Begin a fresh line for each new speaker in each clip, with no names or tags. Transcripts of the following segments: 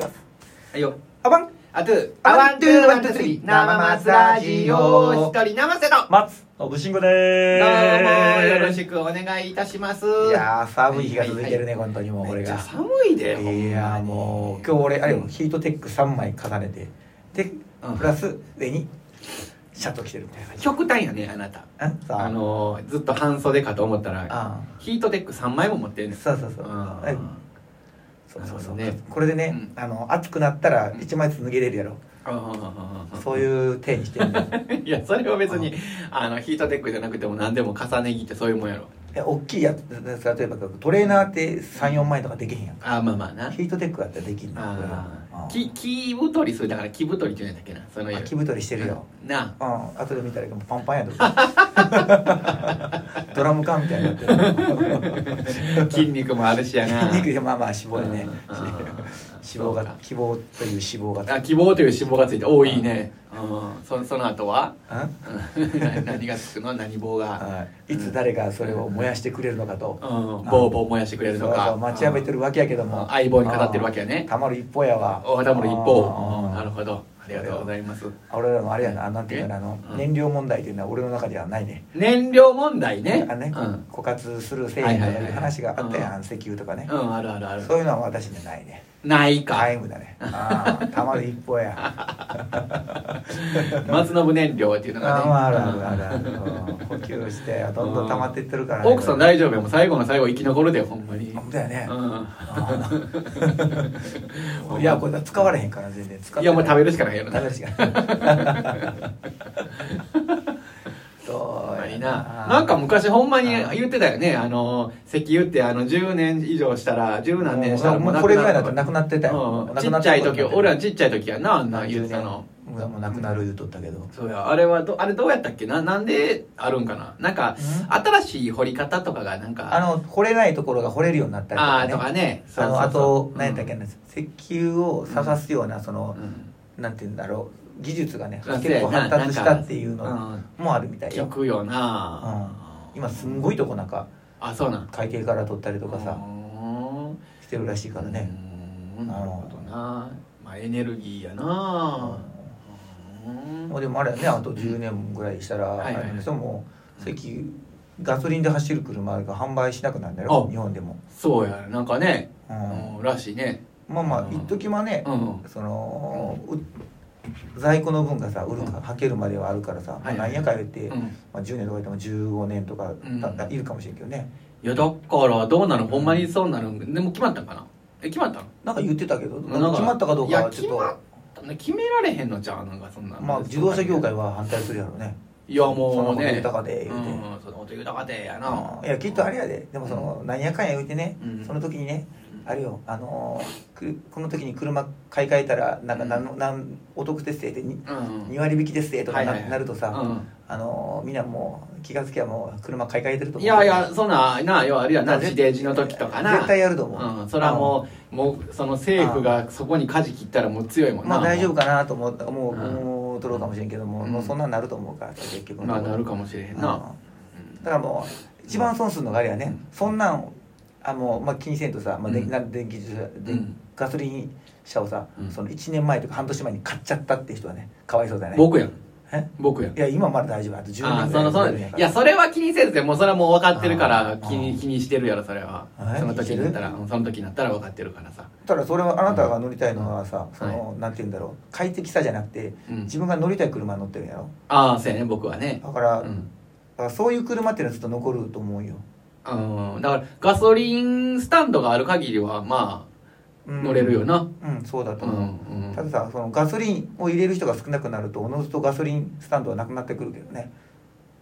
はいよ
アバン
あトゥ
あ
あ
ワ
ワン
ン
ト
トゥ
ゥ
ー
ー
ワ
ワ
ン
ン
ト
ト
ゥ
ゥー
ース
ス
リ
リー
ー生
生
松
松
ラ
ラ
ジ
ジ
オ
オ一人生瀬の
松信慎吾で
どうも
ーす
よろしくお願いいたします
いやー寒い日が続いてるね本当にもうこ
め
れ
っち
が
ゃ寒いでほんまに
いやーもう今日俺あれよヒートテック3枚重ねてで
うん
プラス上にシャッと着てるみたいな感じ
極端やねあなた
あそう
あのーずっと半袖かと思ったら
あ
ヒートテック3枚も持ってる
ー
ね
そうそうそう
あ
え
ー
そうそうそう
なるほどね
これでね
う
あの暑くなったら
うん
1枚ずつ脱げれるやろ
あー
そういう手にしてるの
いやそれは別にあのヒートテックじゃなくても何でも重ね着ってそういうもんやろ
え大きいやつ例えばトレーナーって34枚とかできへんやん
あーまあまあな
ヒートテックだったらできんのこれは
あ
う
あ
ん
き木太りするだから木太りって言うんだっけなその
あ気太りしてるよ
な
うん、後で見たらもうパンパンやと ドラム缶みたいになって る
あ 筋肉もあるしやな
肉でまあまあ脂肪でね
うんうん
脂肪が希望という脂肪が
あ希望という脂肪がついて多いいねうんそその後は
うん
うん な何がつくの何棒が
はいいつ誰がそれを燃やしてくれるのかと
うん棒を棒を燃やしてくれるの
そう
か
そう待ちわびてるわけやけど
うん
も
相棒に語ってるわけやね
うんたまる一方やわ
お肌も一方
うん
うんなるほどありがとうございます
俺らもあれやななんていうかなあの
うん
燃料問題というのは俺の中ではないね
燃料問題ね
あね
うん
枯渇する製品とか
はいはい
い
は
う
い
話があったや
うん
ん石油とかね
うんあるあるある
そういうのは私にはないね
ないか
皆無だねああたまる一方や
松信燃料っていうのがね
あまああるあるあるあるうん補給してどんどん溜まっていってるから、
奥さん大
丈
丈夫よもう最後の最後生き残るでほんまに
だよね、
う
うんん、いやこれ使われへんから全然使
いやもう食べ
る
るしかないよな
食べるしか ないそ
ほんま
うや
にななんか昔ほんまに言ってたよねあの石油ってあの10年以上したら十何年したら
もうもう
な
こ
く
れぐ
な
らいだ
る
ったらなくなってたよ、
うん
な
ち
くな
っちゃい時俺らちっちゃい時やなあんなん
何
言
十
ってた
年
の
もうなくなる言うとったけど
そうやあれはどあれどうやったっけななんであるんかななんか
うん
新しい掘り方とかがなんか
あの掘れないところが掘れるようになったりと
あ
か
ー
ね
とかね
あのあと何やったっけ
な
な石油を探すようなその、
うん
なんて言うんだろう技術がね
うん
結構発達したっていう
う
の
ん
もあるみたい
聞
よ
くよな
今すんごいとこなんか
あそうなん
海底から取ったりとか
うー
さ
ん
してるらしいからね
うーんなるほどなまあエネルギーやなうーん
まあでもあれやねあと10年ぐらいしたらあ
はいはい
れなんですよもう石油ガソリンで走る車が販売しなくなるんだよ
あ
日本でも
そうやなんかね
う
うんらしいね
んまあまあ
うん
一時はね
うん
そのう在庫の分がさ売る
う
かはけるまではあるからさま
は
あ
いは
ないんやかん言って
うん
まあ10年とか言っても15年とか
うん
だったらいるかもしれんけどね
いやだからどうなのほんまにそうなるんでも決まったんかなえ決まったの
なんか言ってたけど
ん
決
か
まったかどう
い
か
や
はちょっと
決ま決められへんのじゃあなんかそんな
まあ自動車業界は反対するやろうね
いやも
そうの
ね
豊かで
う
言うて、
んそのこと豊かでやない
やきっとあれやででもそのなんやかんや言うてね、
うん
その時にね
うん
あれよあのーくこの時に車買い替えたらなんかなんの、なんお得ですってに
うん
2割引きですってとかな,、
はいはいはい
なるとさ、
うん
あのーみんなもう気がつきゃもう車買い替えてると思う
い
い
やいやそんなな要はあるいはな
絶
地デジの時とかな
絶対やると思う、
うん、それはもうもうその政府がそこに舵切ったらもう強いもんな
まあ大丈夫かなと思ったもう、
うん
もう取ろうかもしれんけども、
うん
もうそんなんなると思うからさ結局
まあなるかもしれへんな、
だからもう一番損するのがあれやね、そんなんあもう、まあ、気にせんとさ、まあ、で
うん
なん電気自動車で、
うん
ガソリン車をさ、
うん
その1年前とか半年前に買っちゃったって人はねかわいそうだよね
僕やん
え
僕やん
いや今まだ大丈夫あと10
ああ
年ぐ
そ
ら
の
い
そ
乗れるん
の
か
い
ら
やそれは気にせずでもうそれはもう分かってるか
あ
ら
あ
気
あ
に
あ
気にしてるやろそれは
え
その時になったらその時になったら分かってるからさ
ただそれはあなたが乗りたいのはさ、その、
は
なんて言うんだろう快適さじゃなくて、
うん
自分が乗りたい車に乗ってるんやろ
ああそうやね僕はね
だから、
うん
だからそういう車っていうのはずっと残ると思うよ、
うんだからガソリンスタンドがある限りはまあ
うん
乗れるよな
うんそうだと
う
思う、
んうん
たださそのガソリンを入れる人が少なくなるとおのずとガソリンスタンドはなくなってくるけどね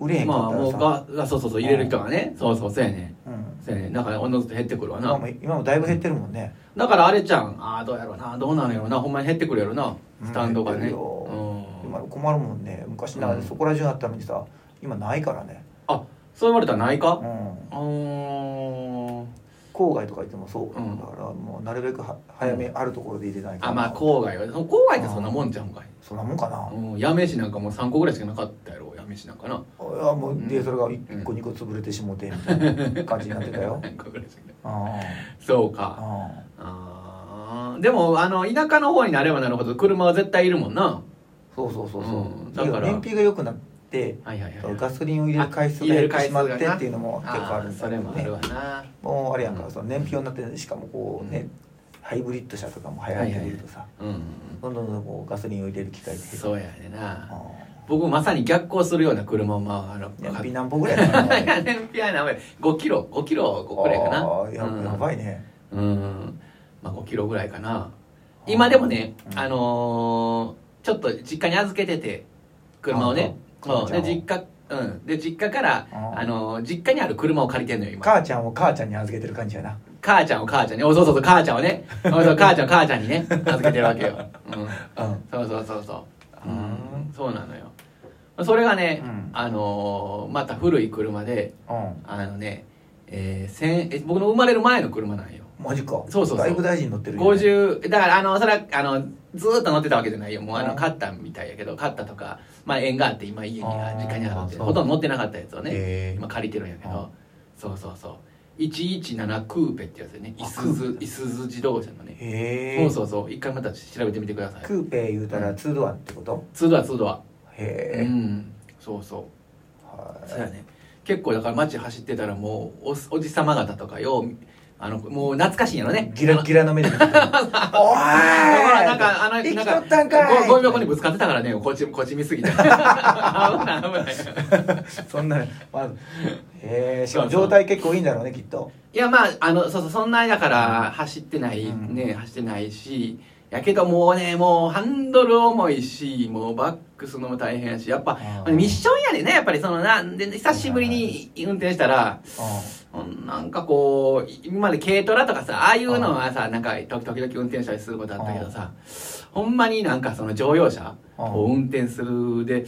売れへん
ま
か
あ
った
も
ら
う
さ、
ががそうそうそう入れる人がねそうそうそうやね
うん、
そうやねなんかおのずと減ってくるわな
今も今もだいぶ減ってるもんね
だからあれちゃんああどうやろうなどうなのよなほんまに減ってくるやろな
うん
スタンドが
減っ
ね、
てる
うん
よ、今困るもんね昔ながら
うん
そこら中あったのにさ今ないからね、
あそう言われたらないか
う、ん、
あー
郊外とか行ってもそう、
うん
だからもうなるべくは早めあるところで入れないか
あ
ら、
まあ郊外はその郊外ってそんなもんじゃうんかい、
そんなもんかな、
うん、八女市なんかもう3個ぐらいしかなかったやろ八女市なんかない
やもう
う
で
ん
それが1個
うん
2個潰れてし もてみたいな感じになってたよ
3個ぐらいしかな
あ
そう
あ
か
ああ
ああーでもあの田舎の方になればなるほど車は絶対いるもんな
そうそうそうそう、
うん
だ
だ
か
からら
燃費が良くなって
はいはいはい
ガソリンを入れる回数が減ってしまってっていうのも結構あるん
ん
です
そ
よ
れもある
ね
わな
もうあれやんか
うん
その燃費用になってしかもこうね、
うん
ハイブリッド車とかも流行ってくるとさ、
うんうん
どんどんどんどんこうガソリンを入れる機
う
会
ん
が減る
そうやねんな
あ
僕まさに逆行するような車をまああの
ー
買
燃
っ
費何本ぐらいかな
いや燃費やなおい5キロ5キロぐらいかな
あーややばいね、
うん、うんまあ5キロぐらいかな今でもね、
うん
あのーちょっと実家に預けてて車をね
あー
そう
そう
で
か
実家うんで実家から
あー
あのー実家にある車を借りてんのよ今
母ちゃんを母ちゃんに預けてる感じやな
母ちゃんを母ちゃんにおそうそうそう母ちゃんを ねそうそう母ちゃんを母ちゃんにね預けてるわけよ、うん、
うん
そうそうそうそう、う
うん
ん、そうなのよそれがね、
うん
あのーまた古い車で
うん
あのね、えー、せんえ僕の生まれる前の車なんよ
マジか
そうそうそう
外務大臣乗ってるよね、
50だからあのそれはあのずーっと乗ってたわけじゃないよもうあ
う
の
ん
買ったみたいやけど買ったとか、まあ、縁があって今家に
あー
実家にあって
そう
ほとんど乗ってなかったやつをね
へー
今借りてるんやけ
うん
どそうそうそう117クーペってやつでねい
あ
す
クー
ゞいすゞ自動車のね
へ
そう
う
そうそう一回また調べてみてください
クーペ言うたら
うん
ツードアってこと、
ツードアツードアう
へえ、
んそうそう
はい
そうやね結構だから街走ってたらもうおすおじさま方とかようあのもう懐かしいんやろね
ギラギラの目で見てるおい
ほらなんか、あの、
生き
な
と
んか、
ったんかい
ゴミ箱にぶつかってたからね、こっち、こっち見すぎ て。危ない、危ない。
そんなまずへえしかも
そうそう
状態結構いいんだろうねきっと
いや、まあ、あの、そうそう、そんな、だから、走ってない、
うん
ね、走ってないし、やけどもうね、もうハンドル重いし、もうバックするのも大変やし、やっぱ、
うん
ミッションやでね、やっぱりその、なんで、久しぶりに運転したら、
う
うんなんかこう、今まで軽トラとかさ、ああいうのはさ、なんか、時々運転したりすることあったけどさ、ほんまになんかその乗用車
うん
を運転するで、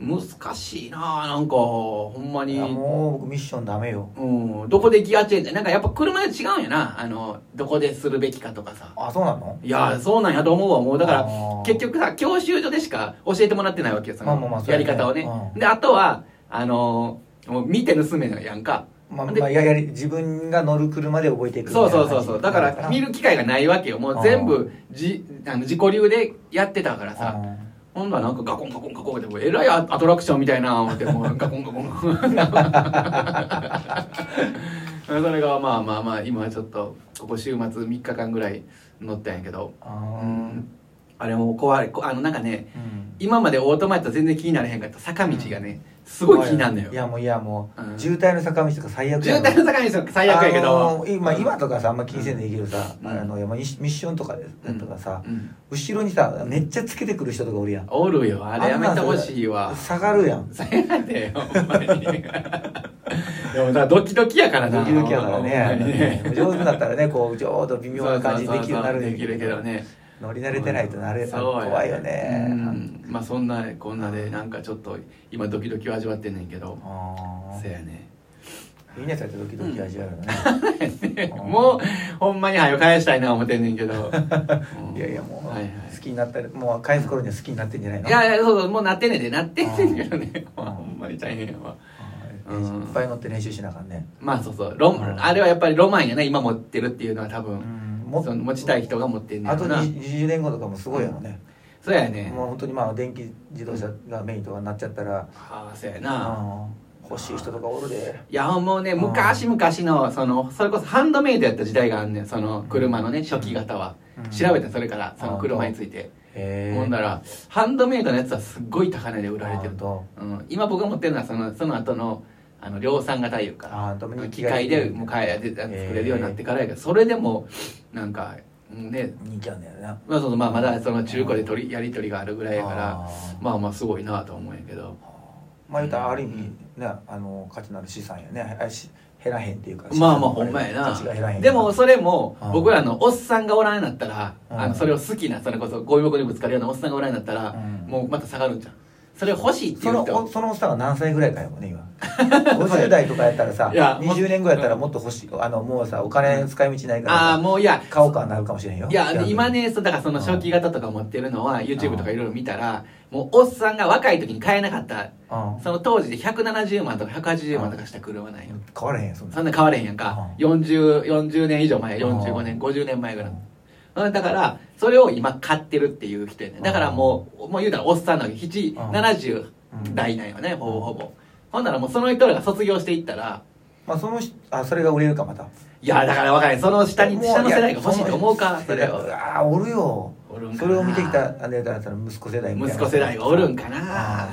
難しいなあなんか、ほんま
んい
に
や。もう僕ミッションダメよ
うん、どこでギアチェンジなんかやっぱ車で違うんやな。あの、どこでするべきかとかさ。
あそうなの
いやー、そうなんやと思うわ。もうだから
あー、
結局さ、教習所でしか教えてもらってないわけよ。そ
まあまあまあ
の
そうや
や
ね
り方をね
う。ん
で、あとは、あのー、もう見て盗めのやんか。
まあ、
で
まあ、ややり自分が乗る車で覚えていくみた
そ
い
う
な
そ
感
う
じ
そうそうだから見る機会がないわけよもう全部じあの自己流でやってたからさ
う
今度はなんかガコンガコンガコンってもうえらいアアトラクションみたいな思ってもうガコンガコン ガコンそれがまあまあまあ今はちょっとここ週末3日間ぐらい乗ったんやけどうんんあれも怖いこあのなんかね今までオートマやったら全然気になれへんかった坂道がねすごい気になるの
い
よ
やもういやもう、
うん
渋滞の坂道とか最悪
渋滞の坂道最悪やけ
あ
ど
のー今今とかさあんま気にせんでいいけどさ、
うん
あのまあミッシミッションとかでとかさ、
うん
後ろにさめっちゃつけてくる人とかおるやん
おるよあれやめてほしいわ
下がるやん
それなんだよほんまにでもだからドキドキやからな
ドキドキやから
ほんまに
ね上手になったらねこうちょうど微妙な感じにできるようになる
そうそうそうそうできるけどね
乗り慣れてないとなれ、
そうや
怖いよね、
うんまあそんなこんなでなんかちょっと今ドキドキを味わってんねんけど
あ
せやね
ーいいねそうやってドキドキ味わえるね、うん
もうほんまに早く返したいな思ってんねんけ どうん
いやいやもう、
はいはい
好きになったりもう返す頃には好きになってんじゃないの
いやいやそうそうもうなってんねんでなってんねんけどねほんまに大変やわ
はい
うん
いっぱい乗って練習しなあかんね、
まあそうそうロ
うん
ンあれはやっぱりロマンやね今持ってるっていうのは多
う
分
ん
その持ちたい人が持ってんね
あ
ん
と
ろ
に
な
20年後とかもすごいやろね、
そうやね
もう本当にまあ電気自動車がメインとかになっちゃったら、
ああそうやな、
うん欲しい人とかおるで
いやもうね
うん
昔々のそのそれこそハンドメイドやった時代があんねんその車のね初期型は、
うん
調べてそれからその車について、
へ
ほんだらハンドメイドのやつはすっごい高値で売られてると、
と
うん、今僕が持ってるのはそのその後のあの量産型いうか
あーと
機械でもう買えで
へー
作れるようになってからやけどそれでもなんかうんね
人気あんだよな
まあそのまあまだその中古で取りやり取りがあるぐらいやから
あー
まあまあすごいなと思うんやけど
まあ言うたらある意味ねあの価値のある資産やねあし減らへんっていうか
まあまあほんまや
価値が減らへ
なんでもそれも
うん
僕らのおっさんがおらんようになったら
うん
あのそれを好きなそれこそゴミ箱にぶつかるようなおっさんがおらんようになったら
うん
もうまた下がるんじゃんそれ欲しいって言
その
う
お
人
そのおっさんは何歳ぐらいかよもね今 50代とかやったらさ
いや
20年後やったらもっと欲しいあのもうさお金の使い道ないか
ああ
ら
もういや
さ買おうかなるかもしれんよ
いや
逆に
今ねそうだからその正規型とか持ってるのは YouTube とかいろいろ見たらもうおっさんが若い時に買えなかった
うん
その当時で170万とか180万とかした車なんよ
買われへんよそんな
そんな変われへんやんか
う
4040年以上前
うん
45年50年前ぐらいうんだからそれを今買ってるっていう人やねだからもうもう言うたらおっさんの7
あー
70
うん
代なんよねほぼほぼほんならもうその人らが卒業していったら
まあその人あそれが売れるかまた
いやだから分からんその下に
もう
下の世代
や
が欲しいと思うかそれを
ああおるよ
おるんかな
それを見てきた姉だったら息子世代みたい
息
な
子世代がおるんか
あ
な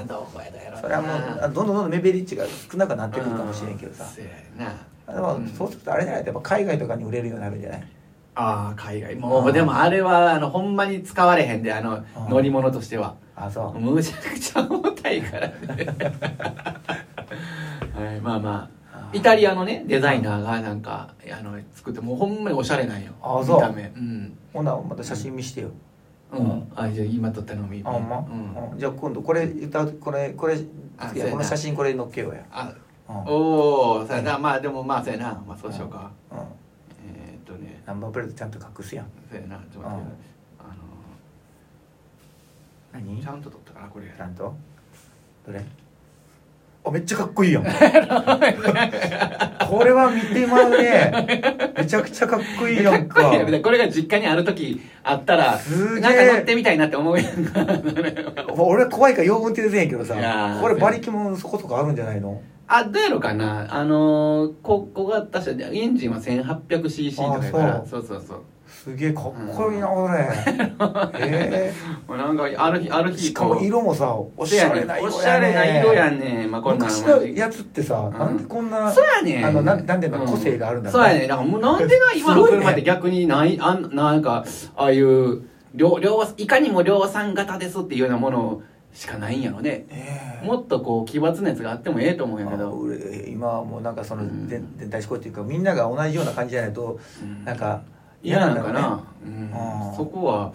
ー
どこやだやろな
それはもうあどんどんどんどん目減り値が少なくなってくるかもしれんけどさ
うせやな
でも
うん
そうするとあれじゃないやっぱ海外とかに売れるようになるんじゃない
ああ海外も
う
うんでもあれはあのほんまに使われへんであの
うん
乗り物としては
あそう、
むちゃくちゃ重たいからね はいまあまあイタリアのねデザイナーがなんかあの作ってもうほんまにおしゃれなんよ
あそう
見た目うん、
ほなまた写真見してよ、
うん
うん
あじゃあ今撮ったの見
あほんま、
うん
うんじゃあ今度これ歌うこれこれ
あ
い
そうや
や
な
この写真これ載っけようや、
あ
うんうん、
おおそうやなまあでもまあそうやな、まあ、そうしようか、えーっとね
ナンバープレートちゃんと隠すやん
そうやなちょっと待って、あの
何
ちゃんと撮ったかなこれ
ちゃんとどれあめっちゃかっこいい やんこれは見てまうねめちゃくちゃかっこいいやんか
いやこれが実家にある時あったら
すげえ
なんか乗ってみたいなって思うやんか
俺怖いからよう運転せえへんけどさ
いやー
これ馬力もそこそこあるんじゃないの
あどうやろかなあのー、ここが確かエンジンは 1800cc とかやから
あ
そうそうそう
すげえかっこいいなこれ、 え
もうなんかある日ある
ー、
日
しかも色もさお
お
し
しゃ
ゃ
れ
れ
な
な
色やね
色やね
おしゃれな色やねまあこんなん
昔のやつつってさ、
ん
なんでこんな
そうやねん
あのななんていうの個性があるんだ
そうやねんなんかもうなんでな今の車って逆にないあんなんかああいう量量いかにも量産型ですっていうようなものしかないんやろね
ねえ
もっとこう奇抜なやつがあってもええと思うんやけ
あ
ど、
俺今はもうなんかその
うん
で伝達思考っていうかみんなが同じような感じじゃないと
うん
なんか
嫌なんか
嫌なんだ
な、うん
あー
そこは